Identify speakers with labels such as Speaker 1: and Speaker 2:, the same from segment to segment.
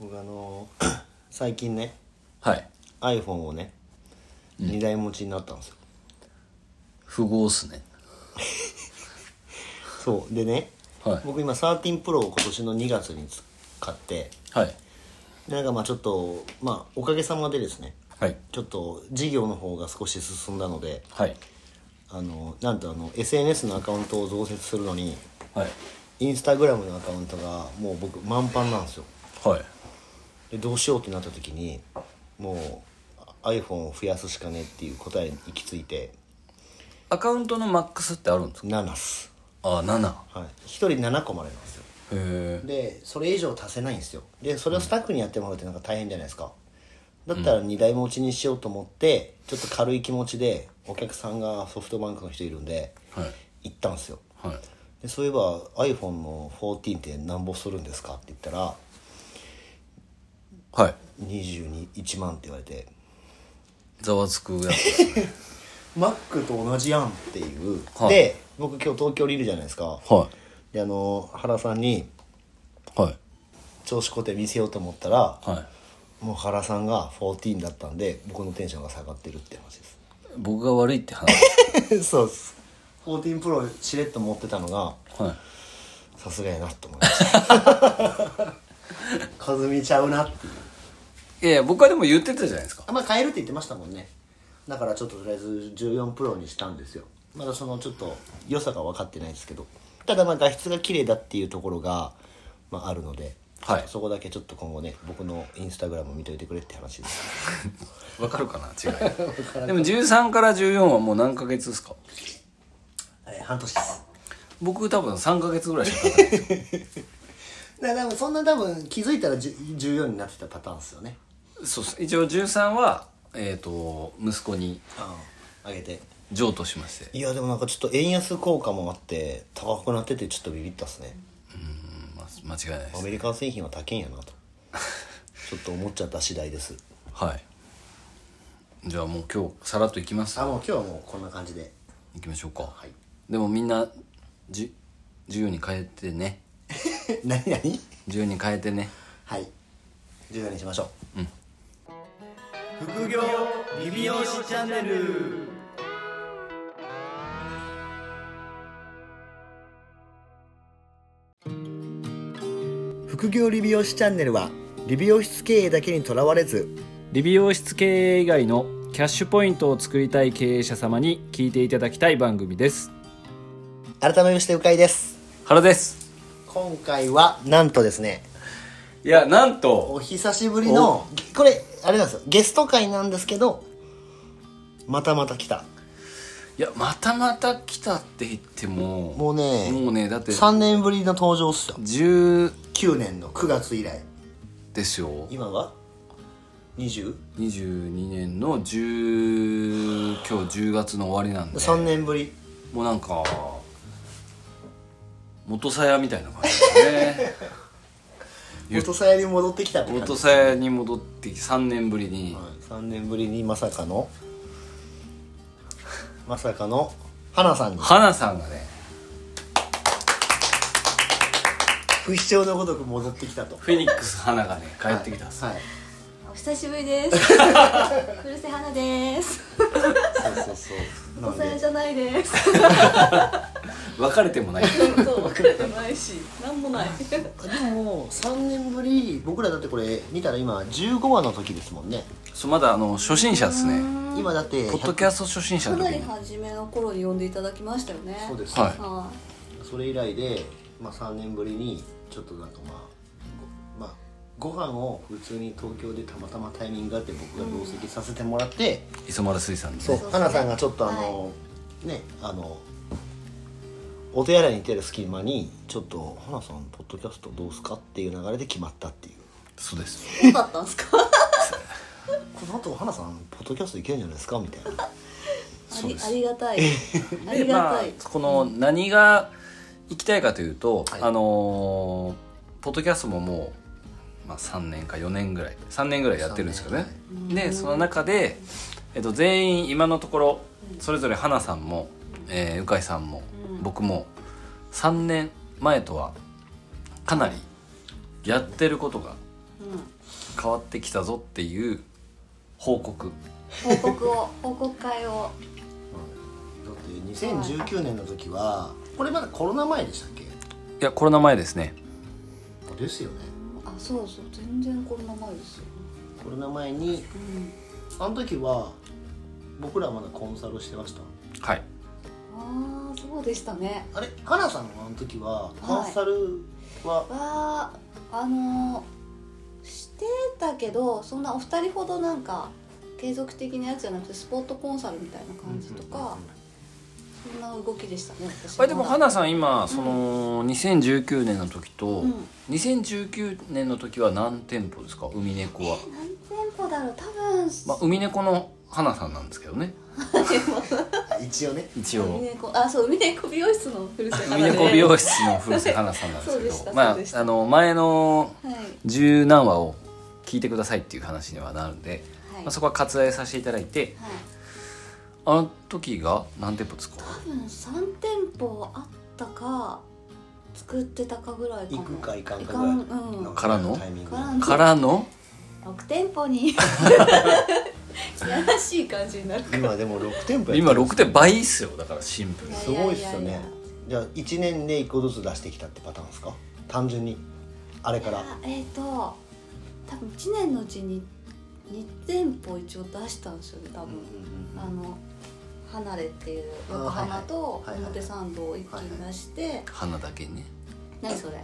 Speaker 1: 僕あの 最近ね
Speaker 2: はい
Speaker 1: iPhone をね2台持ちになったんですよ、
Speaker 2: 富豪っすね
Speaker 1: そうでね、
Speaker 2: はい
Speaker 1: 僕今 13Pro を今年の2月に買って
Speaker 2: はい
Speaker 1: でなんかまあちょっとまあおかげさまでですね
Speaker 2: はい
Speaker 1: ちょっと事業の方が少し進んだので
Speaker 2: はい
Speaker 1: あのなんとあの SNS のアカウントを増設するのに
Speaker 2: はい
Speaker 1: インスタグラムのアカウントがもう僕満帆なんですよ
Speaker 2: はい
Speaker 1: でどうしようってなった時にもうあ iPhone を増やすしかねっていう答えに行き着いて
Speaker 2: アカウントのマックスってあるんですか
Speaker 1: 7っす、
Speaker 2: あ7
Speaker 1: はい、1人7個までなんですよ
Speaker 2: へ
Speaker 1: でそれ以上足せないんですよでそれをスタッフにやってもらうってなんか大変じゃないですかだったら2台持ちにしようと思ってちょっと軽い気持ちでお客さんがソフトバンクの人いるんで
Speaker 2: えはい
Speaker 1: 行ったんですよ
Speaker 2: はい
Speaker 1: でそういえば iPhone の14ってなんぼするんですかって言ったら
Speaker 2: はい
Speaker 1: 21万って言われて
Speaker 2: ざわつくや
Speaker 1: マックと同じやんっていう、
Speaker 2: はい
Speaker 1: で僕今日東京にいるじゃないですか
Speaker 2: つ は
Speaker 1: であの原さんに
Speaker 2: いはい
Speaker 1: 調子こて見せようと思ったら
Speaker 2: はい
Speaker 1: もう原さんが14だったんで僕のテンションが下がってるって話
Speaker 2: 僕が悪いって話
Speaker 1: です そうです14プロしれっと持ってたのが
Speaker 2: はい
Speaker 1: さすがやなと思いました 和美ちゃうなっていう
Speaker 2: いやいや僕はでも言ってたじゃないですか
Speaker 1: あまあ変えるって言ってましたもんねだからちょっととりあえず14プロにしたんですよまだそのちょっと良さが分かってないですけどただまあ画質が綺麗だっていうところが、まあ、あるので、
Speaker 2: はい
Speaker 1: そこだけちょっと今後ね僕のインスタグラム見といてくれって話です
Speaker 2: わかるかな違いでも13から14はもう何ヶ月ですか
Speaker 1: はい半年です
Speaker 2: 僕多分3ヶ月ぐらいしか経ってな
Speaker 1: だから
Speaker 2: い
Speaker 1: 多分そんな多分気づいたら10 14になってたパターンですよね
Speaker 2: そうっす一応13はえっ、と息子に
Speaker 1: あげて
Speaker 2: 譲渡しまして
Speaker 1: いやでもなんかちょっと円安効果もあって高くなっててちょっとビビったっすね
Speaker 2: うん、まあ、間違いないで
Speaker 1: ア
Speaker 2: す
Speaker 1: メリカ製品は高いんやなとちょっと思っちゃった次第です
Speaker 2: はいじゃあもう今日さらっといきます
Speaker 1: あもう今日はもうこんな感じ で
Speaker 2: いきましょうか、
Speaker 1: い
Speaker 2: でもみんなじ14に変えてね
Speaker 1: 何何
Speaker 2: 14に変えてね
Speaker 1: はい14にしましょう、
Speaker 2: うん
Speaker 1: 副業リビオシチャンネル副業理美容師チャンネルは理美容室経営だけにとらわれず
Speaker 3: 理美容室経営以外のキャッシュポイントを作りたい経営者様に聞いていただきたい番組です
Speaker 1: 改めましてうかいです
Speaker 2: 原です
Speaker 1: 今回はなんとですね
Speaker 2: いやなんと
Speaker 1: お久しぶりのこれあれなんですよゲスト会なんですけどまたまた来た
Speaker 2: いやまたまた来たって言っても
Speaker 1: もうね
Speaker 2: もうねだって
Speaker 1: 3年ぶりの登場っすよ
Speaker 2: 10
Speaker 1: 9年の9月以来
Speaker 2: ですよ
Speaker 1: 今は 20?3
Speaker 2: 22年の10今日10月の終わりなんで
Speaker 1: 年ぶり
Speaker 2: もうなんか元さやみたいな感じです ね言っ
Speaker 1: 元さやに戻ってきたって感じ
Speaker 2: 元さやに戻ってきて3年ぶりに、
Speaker 1: 3年ぶりにまさかの まさかの花さんに
Speaker 2: 花さんがね
Speaker 1: 不死鳥のごとく戻ってきたと
Speaker 2: フェニックス花がね帰ってきたんです、
Speaker 1: はい
Speaker 4: お久しぶりです。 古瀬花です。
Speaker 1: はいそうそう そうな
Speaker 4: お
Speaker 1: ん
Speaker 4: さや
Speaker 1: で
Speaker 4: じゃない です。
Speaker 2: 別れてもない
Speaker 4: そう、分かれてないし、なんもない。
Speaker 1: でも3年ぶり僕らだってこれ見たら今15話の時ですもんね
Speaker 2: そうまだあの初心者ですね
Speaker 1: 今だって
Speaker 2: ポッドキャスト初心者
Speaker 4: か
Speaker 2: の
Speaker 4: な
Speaker 2: 時
Speaker 4: り
Speaker 2: に
Speaker 4: 初めの頃に呼んでいただきましたよね。。
Speaker 1: そうですす、
Speaker 2: は
Speaker 4: は
Speaker 1: それ以来で、まあ、3年ぶりにちょっとなんかまあご,、まあ、ご飯を普通に東京でたまたまタイミングがあって僕が同席させてもらって、
Speaker 2: 磯丸水産です
Speaker 1: そう
Speaker 2: ね
Speaker 4: そう
Speaker 1: 花さんがちょっとあの、ねあのお手洗いに行ってる隙間にちょっと「花さんポッドキャストどうすか?」っていう流れで決まったっていう
Speaker 2: そうです
Speaker 4: い。どうだったん ですか。
Speaker 1: この後花さんポッドキャストいけるんじゃないですかみたいな
Speaker 4: あり、ありが たい。あり
Speaker 2: で
Speaker 4: が
Speaker 2: ま
Speaker 4: た
Speaker 2: あ
Speaker 4: い。
Speaker 2: この何が行きたいかというと、
Speaker 1: はい
Speaker 2: あのーポッドキャストももう、まあ、3年か4年ぐらい3年ぐらいやってるんですけどね、でその中で、えっと、全員今のところそれぞれ花さんも、えー、うかいさんも、
Speaker 4: うん
Speaker 2: 僕も3年前とはかなりやってることが変わってきたぞっていう報告
Speaker 4: 報告を 報告会を
Speaker 1: だって2019年の時はこれまだコロナ前でしたっけ
Speaker 2: いやコロナ前ですね
Speaker 1: ですよね
Speaker 4: あそうそう全然コロナ前ですよ、
Speaker 1: コロナ前に
Speaker 4: うん、
Speaker 1: あの時は僕らまだコンサルしてました
Speaker 2: はい
Speaker 4: あーそうでしたね
Speaker 1: あれ花さんはあの時はコンサルは、
Speaker 4: はあのしてたけどそんなお二人ほどなんか継続的なやつじゃなくてスポットコンサルみたいな感じとか、そんな動きでしたね私
Speaker 2: あでも
Speaker 4: まだ
Speaker 2: 花さん今その2019年の時と
Speaker 4: うん
Speaker 2: 2019年の時は何店舗ですか海猫は、
Speaker 4: 何店舗だろう多分、
Speaker 2: ま あ、海猫の花さんなんですけどね
Speaker 1: 一応ね
Speaker 2: 一応
Speaker 4: 海猫あそう海猫美容室の古瀬
Speaker 2: 海猫美容室の古瀬花さんなんですけ
Speaker 4: そうでし
Speaker 2: ど
Speaker 4: た
Speaker 2: ま
Speaker 4: そうでし
Speaker 2: あ
Speaker 4: た
Speaker 2: あの前の
Speaker 4: はい、
Speaker 2: 十何話を聞いてくださいっていう話にはなるんで、
Speaker 4: はい
Speaker 2: まあ、そこは割愛させていただいて
Speaker 4: はい、
Speaker 2: あの時が何店舗ですか
Speaker 4: 多分3店舗あったか作ってたかぐらいか
Speaker 1: 行
Speaker 4: も
Speaker 1: くか行かんか
Speaker 4: 行
Speaker 1: ぐらい
Speaker 4: うん、
Speaker 2: からの
Speaker 1: タイミング
Speaker 4: からの
Speaker 2: からの
Speaker 4: 6店 舗に いやらしい感じになる
Speaker 1: 今でも6店舗やって
Speaker 2: 今
Speaker 1: る
Speaker 2: 6店倍っすよだからシンプルに
Speaker 1: すごいっすよねじゃあ1年で1個ずつ出してきたってパターンですか単純にあれから
Speaker 4: あえっ、と多分1年のうちに2店舗一応出したんですよね多分、あの離れっていう横浜と
Speaker 1: あはいはいはいはいはい
Speaker 4: 表参道を一気に出して、
Speaker 2: 花だけね
Speaker 4: 何それ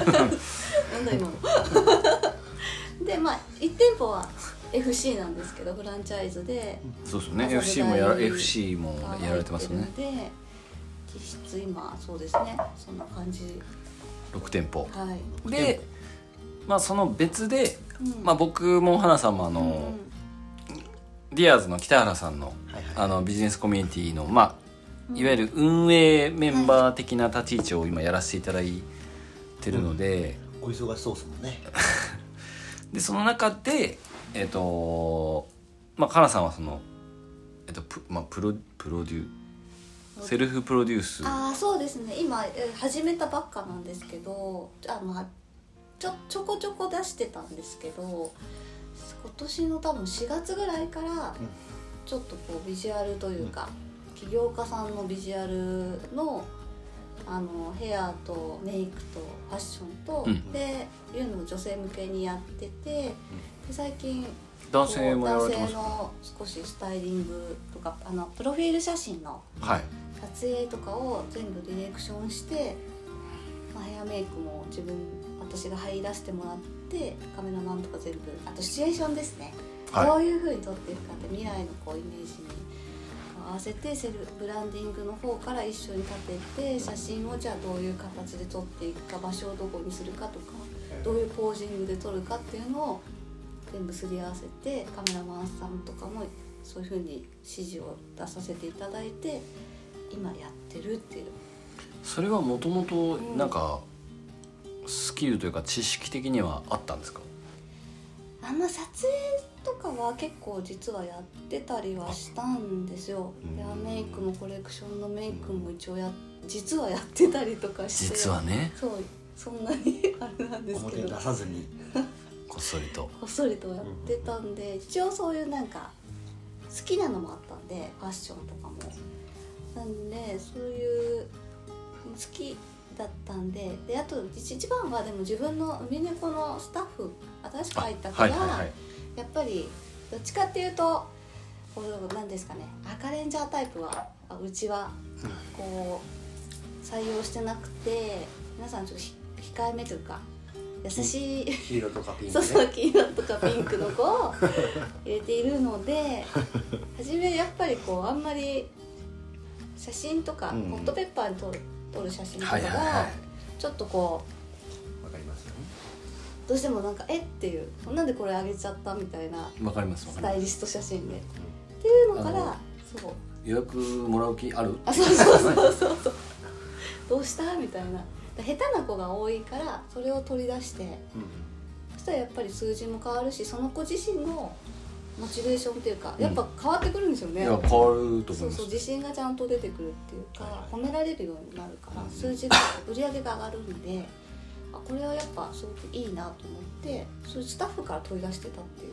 Speaker 4: なんだ今のでまあ1店舗は FC なんですけどフランチャイズで
Speaker 2: そうですよね
Speaker 4: 朝
Speaker 2: FC もやら
Speaker 4: 代
Speaker 2: FC もやられてますよね
Speaker 4: で実質今そうですねそんな感じ
Speaker 2: 6店舗
Speaker 4: はい、
Speaker 2: で、まあ、その別で、
Speaker 4: うん
Speaker 2: まあ、僕も花さんもあ
Speaker 4: う
Speaker 2: の、
Speaker 4: ん
Speaker 2: ディアーズの北原さんの
Speaker 1: はいはい
Speaker 2: あのビジネスコミュニティのまあ
Speaker 4: うん
Speaker 2: いわゆる運営メンバー的な立ち位置を今やらせていただいてるので、
Speaker 1: お忙しそうっすもんね
Speaker 2: でその中でえっ、とまあ花さんはその、えっとプまあ、プロプロデュセルフプロデュース
Speaker 4: ああそうですね今え始めたばっかなんですけどあまあちょちょこちょこ出してたんですけど今年の多分4月ぐらいから
Speaker 1: ん
Speaker 4: ちょっとこうビジュアルというか、起業家さんのビジュアルのあのヘアとメイクとファッションと、
Speaker 2: うん
Speaker 4: でいうのを女性向けにやってて、で最近
Speaker 2: 男性もやられてま
Speaker 4: 男
Speaker 2: す
Speaker 4: 性
Speaker 2: よね
Speaker 4: の少しスタイリングとかあのプロフィール写真の
Speaker 2: はい
Speaker 4: 撮影とかを全部ディレクションして、まあ、ヘアメイクも自分私が入り出してもらってカメラマンとか全部あとシチュエーションですね、
Speaker 2: はい
Speaker 4: どういう風に撮っていくかって未来のこうイメージに合わせてセルブランディングの方から一緒に立てて写真をじゃあどういう形で撮っていくか場所をどこにするかとかどういうポージングで撮るかっていうのを全部すり合わせてカメラマンさんとかもそういう風に指示を出させていただいて今やってるっていう
Speaker 2: それはもともとなんかスキルというか知識的にはあったんですか
Speaker 4: あんま撮影とかは結構実はやってたりはしたんですよ
Speaker 1: うん
Speaker 4: ヘアメイクもコレクションのメイクも一応や実はやってたりとかして
Speaker 2: 実はね
Speaker 4: そうそんなにあれなんです
Speaker 1: 表
Speaker 4: け
Speaker 1: に
Speaker 4: ど
Speaker 1: 出さずに
Speaker 2: こっそりと
Speaker 4: こっそりとやってたんで一応そういうなんか好きなのもあったんでファッションとかもなんでそういう好きだったんでであと一一番はでも自分の海猫のスタッフ新しく入ったから、やっぱりどっちかっていうとこうなんですかね赤レンジャータイプはあうちはこう採用してなくて皆さんちょっとひ控えめというか優しい
Speaker 1: 黄色とかピンク
Speaker 4: そう
Speaker 1: ね
Speaker 4: そう黄色とかピンクの 子を入れているので初めやっぱりこうあんまり写真とか、
Speaker 1: うん
Speaker 4: ホットペッパーに撮る撮る写真とか
Speaker 2: はいはいは
Speaker 4: が
Speaker 2: い
Speaker 4: ちょっとこ
Speaker 1: わかりますよね
Speaker 4: うどうしてもなんか「えっ?」ていう「なんでこれあげちゃった?」みたいな
Speaker 2: わかりますわ
Speaker 4: ス
Speaker 2: かりま
Speaker 4: タ
Speaker 2: す
Speaker 4: イリスト写真で。っていうのか
Speaker 2: あの
Speaker 4: らそう
Speaker 2: 予約もらう気ある
Speaker 4: あそうそうそうそうそうどうしたみたいな下手な子が多いからそれを取り出して。そしたらやっぱり数字も変わるしその子自身のモチベーションっていうか
Speaker 2: ん
Speaker 4: やっぱ変わってくるんですよね、
Speaker 2: いや変わると思い
Speaker 4: そう
Speaker 2: ます
Speaker 4: そう自信がちゃんと出てくるっていうか、
Speaker 1: はいはい
Speaker 4: 褒められるようになるから、
Speaker 1: うん
Speaker 4: 数字が売り上げが上がるんであこれはやっぱすごくいいなと思ってそういうスタッフから問い出してたっていう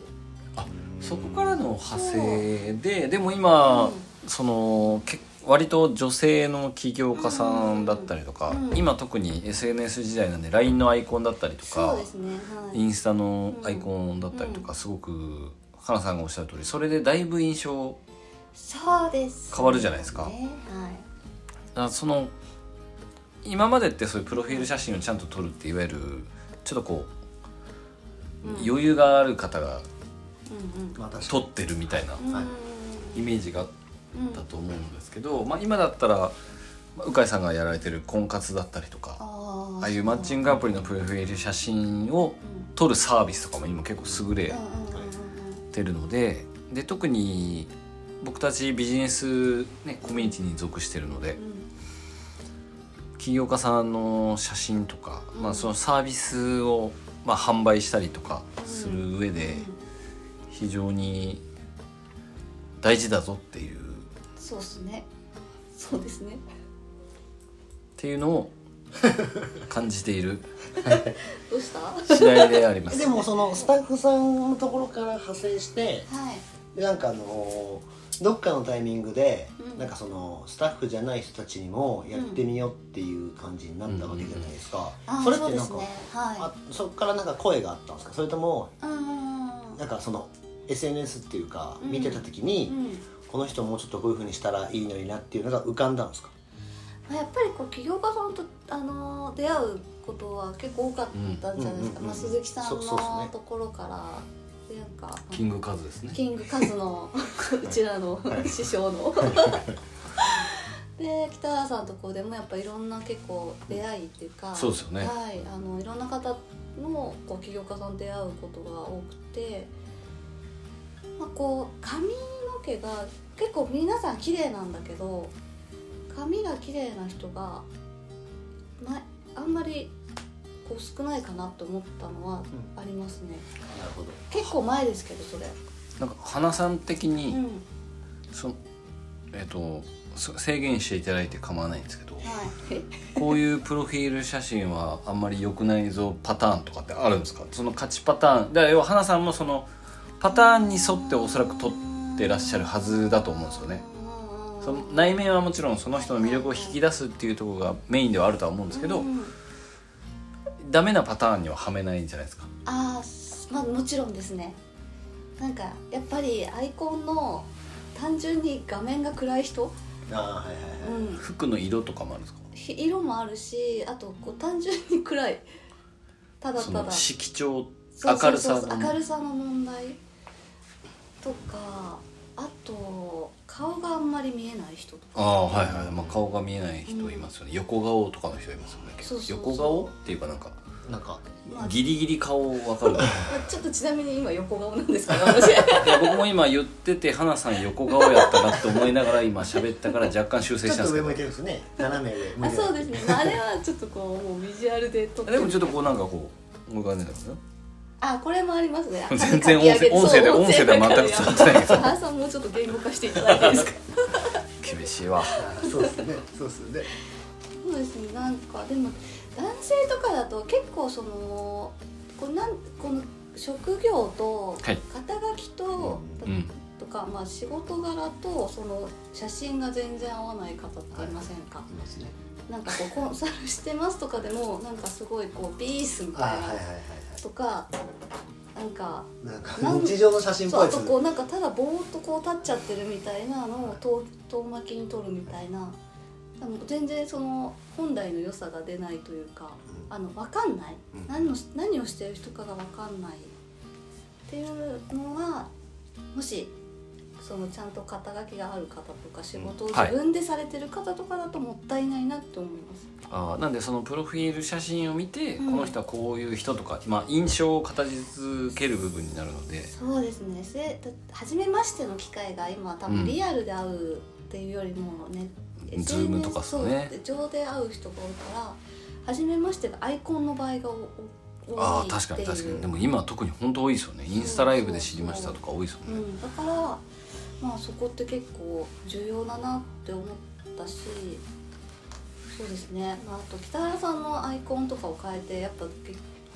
Speaker 2: そこからの派生ででも今、
Speaker 4: うん
Speaker 2: そのけ割と女性の起業家さんだったりとか、
Speaker 4: うん
Speaker 2: 今特に SNS 時代なんで LINE のアイコンだったりと
Speaker 4: そ
Speaker 2: か
Speaker 4: う、ですねはい
Speaker 2: インスタのアイコンだったりとか、すごくかなさんがおっしゃる通りそれでだいぶ印象
Speaker 4: そうです、
Speaker 2: 変わるじゃないですか
Speaker 4: ねはい
Speaker 2: あその今までってそういうプロフィール写真をちゃんと撮るっていわゆるちょっとこう、
Speaker 4: うん
Speaker 2: 余裕がある方が
Speaker 4: うんうん
Speaker 1: まあ確か
Speaker 2: 撮
Speaker 1: に
Speaker 2: ってるみたいな
Speaker 4: うん
Speaker 1: はい
Speaker 2: イメージがあっ
Speaker 4: うん
Speaker 2: だと思うんですけど、まあ、今だったらまあ鵜飼さんがやられてる婚活だったりとか
Speaker 4: あ
Speaker 2: ああいうマッチングアプリのプロフィール写真を撮るサービスとかも今結構優れてるのでで特に僕たちビジネス、ね、コミュニティに属してるので起業家さんの写真とか、まあ、そのサービスを、まあ、販売したりとかする上で非常に大事だぞっていう
Speaker 4: そうですねそうですね
Speaker 2: っていうの を感じている
Speaker 4: どう したはい
Speaker 2: 次第でありま
Speaker 1: え
Speaker 2: す。
Speaker 1: でもそのスタッフさんのところから派生してでなんかあのーどっかのタイミングで、
Speaker 4: うん
Speaker 1: なんかそのスタッフじゃない人たちにもやってみようっていう感じになったわけじゃないですか、
Speaker 4: あ
Speaker 1: それっ
Speaker 4: そう
Speaker 1: て
Speaker 4: で
Speaker 1: なん
Speaker 4: す
Speaker 1: か
Speaker 4: ね
Speaker 1: あ
Speaker 4: は
Speaker 1: そっからなんか声があったんですかそれとも
Speaker 4: いうんうん
Speaker 1: なんかその SNS っていうか
Speaker 4: うん
Speaker 1: 見てた時に、
Speaker 4: うんうん
Speaker 1: この人もうちょっとこういうふうにしたらいいのになっていうのが浮かんだんですか
Speaker 4: まあやっぱりこう起業家さんと、あのー出会うことは結構多かったんじゃないです
Speaker 1: うんうんうん
Speaker 4: か、
Speaker 1: うん
Speaker 4: まあ、鈴木さん
Speaker 1: そそうっす
Speaker 4: の
Speaker 1: ね
Speaker 4: ところからでなんか
Speaker 2: キングカズですね。
Speaker 4: キングカ ズのうちらの師匠ので北原さんのとこでもやっぱいろんな結構出会いっていうか
Speaker 2: そうですよね
Speaker 4: はい、あのいろんな方のこう起業家さんと出会うことが多くて、まあ、こう髪の毛が結構皆さん綺麗なんだけど髪が綺麗な人がなあんまりこう少ないかなと思ったのはありますね、
Speaker 1: なるほど
Speaker 4: 結構前ですけどそれ。
Speaker 2: なんか花さん的
Speaker 4: う
Speaker 2: に、
Speaker 4: ん
Speaker 2: そのえっ、とそ制限していただいて構わないんですけど、
Speaker 4: はい、
Speaker 2: こういうプロフィール写真はあんまり良くないぞパターンとかってあるんですか？その勝ちパターン、だから要は花さんもそのパターンに沿っておそらく撮ってらっしゃるはずだと思うんですよね。その内面はもちろんその人の魅力を引き出すっていうところがメインではあるとは思うんですけど、
Speaker 4: うん
Speaker 2: ダメなパターンにははめないんじゃないですか。
Speaker 4: ああまあもちろんですねなんかやっぱりアイコンの単純に画面が暗い人、
Speaker 1: ああはいはいはい、
Speaker 4: うん、
Speaker 2: 服の色とかもあるんですか？
Speaker 4: ひ色もあるしあとこう単純に暗いただ
Speaker 2: そ
Speaker 4: た
Speaker 2: の
Speaker 4: だ
Speaker 2: 色調
Speaker 4: そうそ
Speaker 2: 明
Speaker 4: う
Speaker 2: る
Speaker 4: そう
Speaker 2: さ
Speaker 4: そう明るさの問題とかあと顔があんまり見えない人とか
Speaker 2: ああはいはい、まあ、顔が見えない人いますよね、横顔とかの人いますよね
Speaker 4: そうそうそう
Speaker 2: 横顔っていうかなんか
Speaker 1: なんか
Speaker 4: まあ
Speaker 2: ギリギリ顔わかるい
Speaker 4: まあちょっとちなみに今横顔なんですかね私
Speaker 2: や僕も今言ってて花さん横顔やったなって思いながら今喋ったから若干修正
Speaker 1: ちょ
Speaker 2: し
Speaker 1: った
Speaker 2: ん
Speaker 1: と
Speaker 2: ですけ
Speaker 1: 上向いて
Speaker 2: ど
Speaker 1: るんですね斜め上向
Speaker 4: あ
Speaker 1: いて
Speaker 4: そうですねまああれはちょっとこうもうビジュアルで撮って
Speaker 2: でもちょっとこうなんかこうこういう感じなんですよ
Speaker 4: あこれもありますね
Speaker 2: 全然音声音声で音声では全く伝わってないけど
Speaker 4: 原さんもうちょっと言語化していただいていいですか
Speaker 2: 厳しいわ
Speaker 1: あーそうですねそうですね
Speaker 4: そうですねなんかでも男性とかだと結構そのこうなんこの職業と
Speaker 2: はい
Speaker 4: 肩書きと、
Speaker 2: うん
Speaker 4: とか、まあ、仕事柄とその写真が全然合わない方っていませんか、
Speaker 1: いますね
Speaker 4: なんかこうコンサルしてますとかでもなんかすごいこうピースみ
Speaker 1: あー
Speaker 4: たい
Speaker 1: はいはいはい
Speaker 4: な
Speaker 1: はい
Speaker 4: とかなんか
Speaker 1: なんか
Speaker 4: なん
Speaker 1: 日常の写真っ
Speaker 4: そう
Speaker 1: ぽい
Speaker 4: あ
Speaker 1: です
Speaker 4: と
Speaker 1: ね
Speaker 4: こうなんかただぼーっとこう立っちゃってるみたいなのを遠遠巻きに撮るみたいなでも全然その本来の良さが出ないというかあの分かんない、
Speaker 1: うん
Speaker 4: 何の何をしてる人かが分かんないっていうのはもしそのちゃんと肩書きがある方とか仕事を
Speaker 2: はい
Speaker 4: 自分でされてる方とかだともったいないなって思います。
Speaker 2: あーなんでそのプロフィール写真を見て、
Speaker 4: うん
Speaker 2: この人はこういう人とか、まあ、印象を形付ける部分になるので
Speaker 4: そうですねせだ初めましての機会が今多
Speaker 2: うん
Speaker 4: 分リアルで会うっていうよりもね、
Speaker 2: ズームとかっすよね
Speaker 4: SNS そう上で会う人が多いから初めましてがアイコンの場合がおお
Speaker 2: あ
Speaker 4: 多い
Speaker 2: あ確
Speaker 4: っ
Speaker 2: か
Speaker 4: てい
Speaker 2: に
Speaker 4: う
Speaker 2: 確かにでも今特に本当多いですよねインスタライブで知りましたとか多いですよ
Speaker 4: う
Speaker 2: ね
Speaker 4: ん、だからまあそこって結構重要だなって思ったしそうですね、まあ、あと北原さんのアイコンとかを変えてやっぱ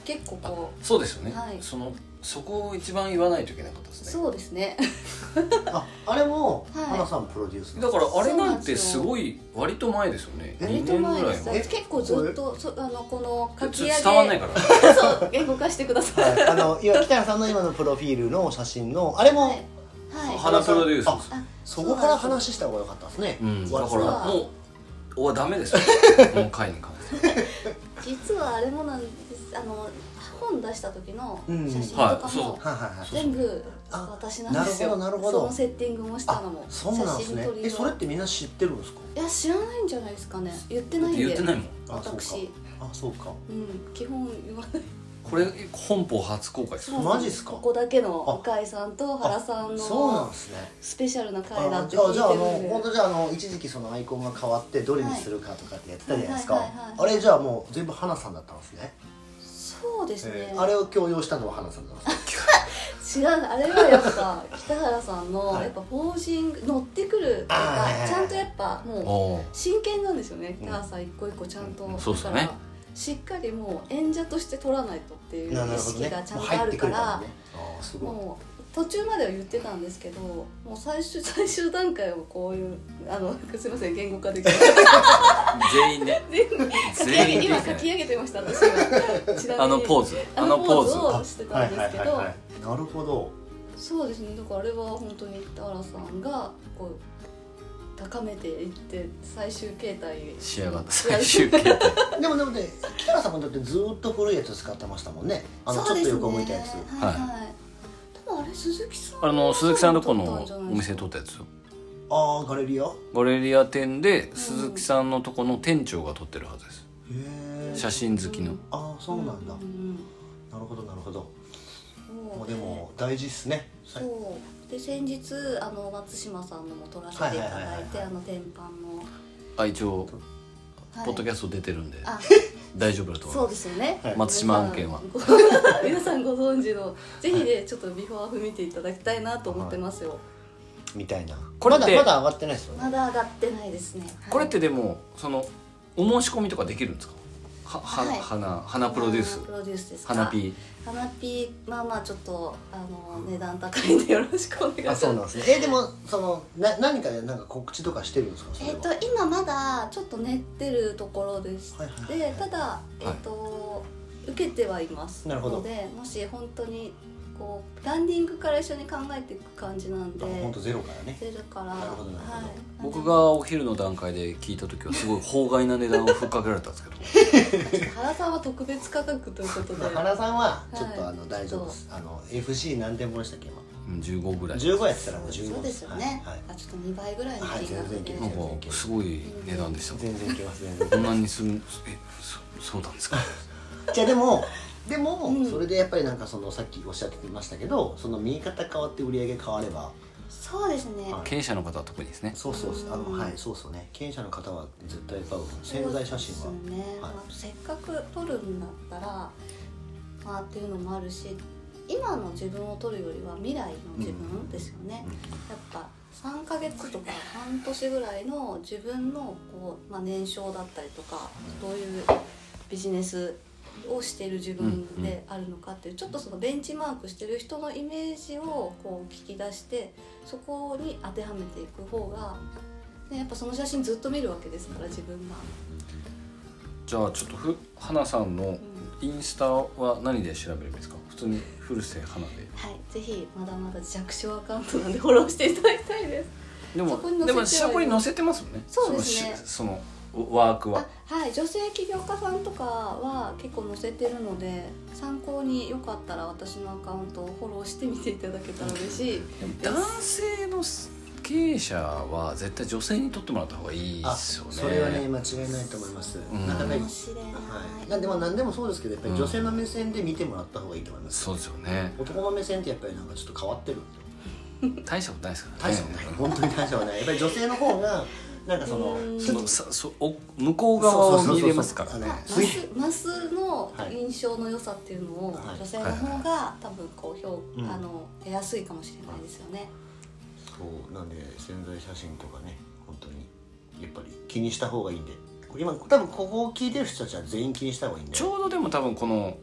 Speaker 4: け結構こう
Speaker 2: そうですよね、
Speaker 4: はい
Speaker 2: そのそこを一番言わないといけなかったですね
Speaker 4: そうですね
Speaker 1: ああれも
Speaker 4: はい
Speaker 1: 花さんプロデュース
Speaker 2: だからあれなんてす
Speaker 4: そう
Speaker 2: ごい割と前ですよね
Speaker 1: え
Speaker 2: 2
Speaker 4: 割と
Speaker 2: 年ぐ
Speaker 4: 前
Speaker 2: ら
Speaker 4: で
Speaker 2: い
Speaker 4: す
Speaker 2: 前
Speaker 1: え
Speaker 4: 結構ずっとそあのこの書き
Speaker 2: ちょ
Speaker 4: 上
Speaker 2: っ
Speaker 4: げ
Speaker 2: と伝わんないから
Speaker 4: そう言語化してください
Speaker 1: はい、あの今北原さんの今のプロフィールの写真のあれも、
Speaker 4: はいはい
Speaker 2: 花プロデュースです
Speaker 4: あ
Speaker 1: そこから話した方が良かったですね、
Speaker 2: うん、だ
Speaker 1: わ
Speaker 2: か
Speaker 1: ざ
Speaker 2: ら
Speaker 1: わざ
Speaker 4: は
Speaker 2: もうはダメ ですよこの回に関しては
Speaker 4: 実はあれもなんですあの本出した時の写
Speaker 2: う
Speaker 4: 真と
Speaker 2: ん
Speaker 4: か
Speaker 2: はいそうそ
Speaker 4: も
Speaker 2: う
Speaker 1: はいはいはい
Speaker 4: 全部私なんです
Speaker 1: あ
Speaker 4: よ
Speaker 1: なるほどなるほど
Speaker 4: そのセッティングもしたのも
Speaker 1: あそうなんですね
Speaker 4: 写真撮りの
Speaker 1: えそれってみんな知ってるんですか
Speaker 4: いや知らないんじゃないですかね言ってないんで
Speaker 2: 言ってないもん
Speaker 1: あそうか
Speaker 4: 私
Speaker 1: あそうか
Speaker 4: うん基本言わない
Speaker 2: これ本邦初公開ですよ
Speaker 1: うマジっすか
Speaker 4: ここだけの向井さんと原さん
Speaker 1: そうなん
Speaker 4: の
Speaker 1: ですね
Speaker 4: スペシャルな回だ
Speaker 1: あ
Speaker 4: って
Speaker 1: じゃ
Speaker 4: 聞
Speaker 1: あ
Speaker 4: い
Speaker 1: じゃああ
Speaker 4: て
Speaker 1: の
Speaker 4: る
Speaker 1: 本
Speaker 4: んで
Speaker 1: 当じゃああの一時期そのアイコンが変わってどれにするかとかってやってたじゃないですか、
Speaker 4: はいはいはいはい
Speaker 1: あれじゃあもう全部花さんだったんですね、
Speaker 4: そうですね
Speaker 1: あれを強要したのは花さんなんですね
Speaker 4: 違うあれはやっぱ北原さんの
Speaker 1: はい
Speaker 4: やっぱポージング乗ってくると
Speaker 1: あー
Speaker 4: か
Speaker 1: はいはいはい
Speaker 4: ちゃんとやっぱもう
Speaker 2: おー
Speaker 4: 真剣なんですよね北原さん一個一個ちゃんと
Speaker 2: うんそうっすよね
Speaker 4: だからしっかりもう演者として取らないとっていう意
Speaker 1: ななるほど
Speaker 4: 識
Speaker 1: ね
Speaker 4: がちゃん
Speaker 1: もう
Speaker 4: とあ
Speaker 1: 入っ
Speaker 4: る
Speaker 1: て
Speaker 4: か
Speaker 1: くるから
Speaker 4: ら
Speaker 1: ねあーすごい
Speaker 4: もう途中までは言ってたんですけどもう最終 最終段階はこういうあのすいません言語化できない
Speaker 2: 全員ね
Speaker 4: 書
Speaker 2: 全
Speaker 4: き上
Speaker 2: 員で
Speaker 4: げ今
Speaker 2: きて
Speaker 4: 書
Speaker 2: な
Speaker 4: き
Speaker 2: い
Speaker 4: 上げてました私はちなみに
Speaker 2: あのポーズ
Speaker 4: あ
Speaker 2: あの
Speaker 4: のポ
Speaker 2: ポ
Speaker 4: ー
Speaker 2: ー
Speaker 4: ズ
Speaker 2: ズ
Speaker 4: をしてたんですけど
Speaker 1: いなるほど
Speaker 4: そうですねだからあれは本当に北原さんがこう高めていって最終形態
Speaker 2: 仕上がった最終形態
Speaker 1: でもでもね北原さんもだってずーっと古いやつ使ってましたもんねあのちょっと横向いたやつ、
Speaker 4: は
Speaker 2: はい
Speaker 4: い、はい、多分あれ鈴木さん
Speaker 2: あの鈴木さんのこ
Speaker 4: 撮
Speaker 2: の
Speaker 4: った
Speaker 2: お
Speaker 4: んじゃないです
Speaker 2: 店
Speaker 4: か
Speaker 2: 撮ったやつよ
Speaker 1: ああガレリアへ
Speaker 2: ガレリア店で鈴木さんのとこの店長が撮ってるはずです
Speaker 1: え
Speaker 2: 写真好きの
Speaker 1: ああそうなんだ、な
Speaker 4: ん
Speaker 1: るほどなるほど
Speaker 4: うん
Speaker 1: もうでも大事っすねはい
Speaker 4: そうで先日あの松島さんのも撮らせていただいて
Speaker 1: はいはいはいはい
Speaker 4: あの天板の、
Speaker 2: あ一応
Speaker 4: はい
Speaker 2: ポッドキャスト出てるんで
Speaker 4: あ
Speaker 2: 大丈夫だと
Speaker 4: そ
Speaker 2: 思
Speaker 4: うですよね、
Speaker 1: はい
Speaker 2: 松島案件は
Speaker 4: 皆さん 皆さんご存知のぜひねちょっとビフォーアフ見ていただきたいなと思ってますよ、
Speaker 1: みたいな
Speaker 2: これって
Speaker 1: まだまだ上がってないですよね
Speaker 4: まだ上がってないですね、はい
Speaker 2: これってでもそのお申し込みとかできるんですかはは
Speaker 4: はい
Speaker 2: 花花プロデュース
Speaker 4: 花プロデュースですか
Speaker 2: 花ピ
Speaker 4: 花ピーまあまあちょっとあの値段高いんでよろしくお願いしま
Speaker 1: あ
Speaker 4: す
Speaker 1: そうなんですねえでもそのな何かでなんか告知とかしてるんですかそれ
Speaker 4: え
Speaker 1: は
Speaker 4: っと今まだちょっと練ってるところです、
Speaker 1: はいはいはいはい
Speaker 4: でただえっ、と、受けてはいます
Speaker 1: なるほど
Speaker 4: のでもし本当にこうランディングから一緒に考えていく感じなんで
Speaker 1: あ本当ゼロからね
Speaker 4: 出るから
Speaker 1: なるほどなるほど
Speaker 4: はい、
Speaker 2: 僕がお昼の段階で聞いた時はすごい法外な値段をふっかけられたんですけど
Speaker 4: 原さんは特別価格ということで
Speaker 1: まあ原さんはちょっと
Speaker 4: はい
Speaker 1: あの大丈夫ですあの FC 何点分でしたっけ今
Speaker 2: うん15ぐらいなん
Speaker 1: 15やってたらもう15
Speaker 4: そうですよね、
Speaker 1: はいはい
Speaker 4: あちょっと2倍ぐらいの金額で、
Speaker 1: はい全然いける
Speaker 2: かすごい値段でしたもん
Speaker 1: 全然いけます全然いけ
Speaker 2: こん
Speaker 1: ま
Speaker 2: なにするえそそうなんですか
Speaker 1: す じゃあでもでも、
Speaker 4: うん
Speaker 1: それでやっぱりなんかそのさっきおっしゃってましたけどその右肩変わって売り上げ変われば
Speaker 4: そうですね、
Speaker 1: はい
Speaker 2: 経営者の方は特にですね
Speaker 1: そうそう
Speaker 4: うん
Speaker 1: あのはいそうそうね経営者の方は絶対買う潜在写真は
Speaker 4: そうですね
Speaker 1: はい
Speaker 4: まあせっかく撮るんだったら、まあ、っていうのもあるし今の自分を撮るよりは未来の自分ですよね、
Speaker 1: うん
Speaker 4: やっぱ3ヶ月とか半年ぐらいの自分のこう、まあ、年商だったりとかどういうビジネスをしている自分であるのかっていうちょっとそのベンチマークしてる人のイメージをこう聞き出してそこに当てはめていく方が、ね、やっぱその写真ずっと見るわけですから自分が。
Speaker 2: じゃあちょっとふ花さんの
Speaker 4: うん
Speaker 2: インスタは何で調べればいいですか普通に古瀬花で
Speaker 4: はい、ぜひまだまだ弱小アカウントなんでフォローしていただきたいです。
Speaker 2: でも
Speaker 4: そこに載せ
Speaker 2: で
Speaker 4: てはい
Speaker 2: も
Speaker 4: る
Speaker 2: そこに載せてますもんね
Speaker 4: そうですね
Speaker 2: そのしそのワーク
Speaker 4: あ
Speaker 2: は、
Speaker 4: はい、女性起業家さんとかは結構載せてるので、参考によかったら私のアカウントをフォローしてみていただけたら嬉しい。
Speaker 2: でも男性の経営者は絶対女性に取ってもらった方がいい
Speaker 1: あ
Speaker 2: ですよね
Speaker 1: それはね間違いないと思います、
Speaker 2: ん
Speaker 1: な
Speaker 4: か
Speaker 1: かなか
Speaker 4: もしれない。
Speaker 1: はい、なんでまあ何でもそうですけどやっぱり女性の目線で見てもらった方がいいと思います、
Speaker 2: そうですよね
Speaker 1: 男の目線ってやっぱりなんかちょっと変わってるんで
Speaker 2: 大したことないですからね
Speaker 1: 大した ことない本当に大したことないやっぱり女性の方がなんかその
Speaker 4: うん
Speaker 2: そのさそお向こう側を見れますから
Speaker 1: そうそうそうそうあの
Speaker 4: まあ
Speaker 1: ね
Speaker 4: マ
Speaker 1: すい
Speaker 4: スマスの印象の良さっていうのを、
Speaker 1: はい
Speaker 4: 女性の方が多分こう評、
Speaker 1: うん
Speaker 4: あの得やすいかもしれないですよね。
Speaker 1: そうなんで潜在写真とかね本当にやっぱり気にした方がいいんで今多分ここを聞いてる人たちは全員気にした方がいいんだ
Speaker 2: ち
Speaker 1: よ
Speaker 2: ょうどでも多分この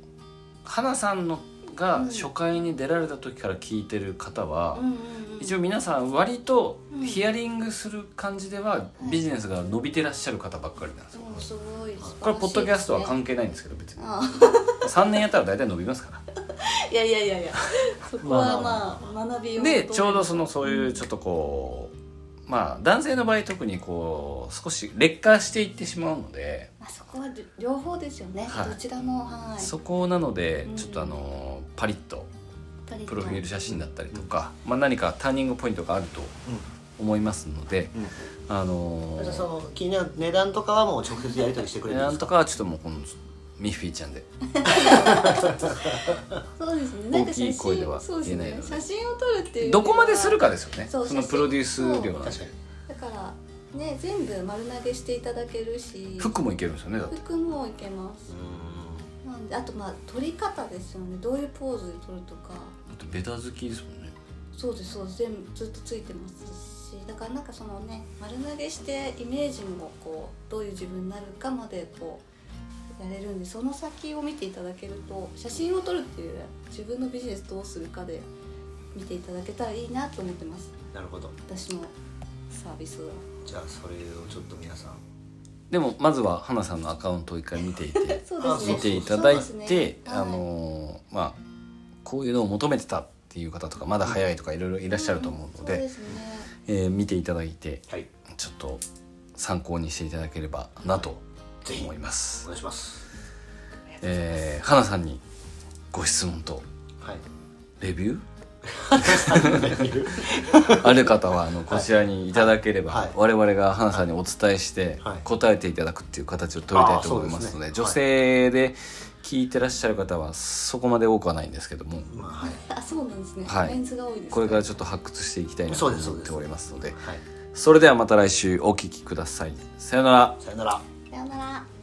Speaker 2: 花さんのが初回に出られた時から聞いてる方は、
Speaker 4: うんうんうん
Speaker 2: 一応皆さん割と
Speaker 4: うん
Speaker 2: ヒアリングする感じでは
Speaker 4: うん
Speaker 2: ビジネスが伸びてらっしゃる方ばっかりなんですよ、
Speaker 4: うんすごい素晴らしいですね
Speaker 2: これポッドキャストは関係ないんですけど別に
Speaker 4: あ
Speaker 2: 3年やったら大体伸びますから
Speaker 4: あいやいや いやいやそこはまあ学びを
Speaker 2: でちょうどそのそういうちょっとこうまあ男性の場合特にこう少し劣化していってしまうので、
Speaker 4: あそこは両方ですよね、
Speaker 2: はい
Speaker 4: どちらもはい
Speaker 2: そこなので
Speaker 4: うん
Speaker 2: ちょっとあのパリッとプロフィール写真だったりとか、まあ、何かターニングポイントがあると思いますので、
Speaker 1: うん
Speaker 2: あの
Speaker 1: じゃあ
Speaker 2: ー
Speaker 1: その気になる値段とかはもう直接やり取りしてくれるんで
Speaker 2: な
Speaker 1: す
Speaker 2: んと
Speaker 1: か
Speaker 2: かはちょっともうこのミッフィーちゃんで
Speaker 4: そうですねなんか写真
Speaker 2: 大きい声では
Speaker 4: そうです
Speaker 2: 言えない
Speaker 4: ね
Speaker 2: ので
Speaker 4: 写真を撮るっていうよりは
Speaker 2: どこまでするかですよね
Speaker 4: そ
Speaker 2: そうの
Speaker 4: 写真
Speaker 2: プロデュース量なんで
Speaker 1: そう確か
Speaker 4: だからね全部丸投げしていただけるし
Speaker 2: 服もいけるんですよねだって
Speaker 4: 服もいけます
Speaker 1: う
Speaker 4: なんであとまあ撮り方ですよねどういうポーズで撮るとか
Speaker 2: だってベタ好きですもんね
Speaker 4: そうですそうです全部ずっとついてますしだからなんかそのね丸投げしてイメージもこうどういう自分になるかまでこうやれるんでその先を見ていただけると写真を撮るっていうよりは自分のビジネスどうするかで見ていただけたらいいなと思ってます
Speaker 1: んなるほど
Speaker 4: 私のサービスは
Speaker 1: じゃあそれをちょっと皆さん
Speaker 2: でもまずは花さんのアカウントを一回見ていて
Speaker 4: そう
Speaker 1: あ
Speaker 4: ですね
Speaker 2: 見ていただい
Speaker 4: そう
Speaker 2: て、
Speaker 4: ですねはい
Speaker 2: あのーまあこういうのを求めてたっていう方とかまだ早いとかいろいろいらっしゃると思うので,、
Speaker 4: んそうですね
Speaker 2: えー見ていただいて
Speaker 1: はい
Speaker 2: ちょっと参考にしていただければなと思いま
Speaker 1: お
Speaker 2: す。
Speaker 1: 願いします
Speaker 2: えー、花さんにご質問と
Speaker 1: はい
Speaker 2: レビューある方はあのこちらにいただければ、
Speaker 1: はい
Speaker 2: 我々が花さんにお伝えして
Speaker 1: はい
Speaker 2: 答えていただくっていう形を取りたいと思いますので
Speaker 1: あーそうですね
Speaker 2: 女性で聞いてらっしゃる方はそこまで多くはないんですけども、
Speaker 1: まあ はい
Speaker 4: あそうなんですね、
Speaker 2: はい
Speaker 4: メンズが多いですね
Speaker 2: これからちょっと発掘していきたいなと
Speaker 1: そう
Speaker 2: 思
Speaker 1: です
Speaker 2: っておりますので
Speaker 1: はい
Speaker 2: それではまた来週お聞きくださいさようなら
Speaker 1: さよなら
Speaker 4: さようなら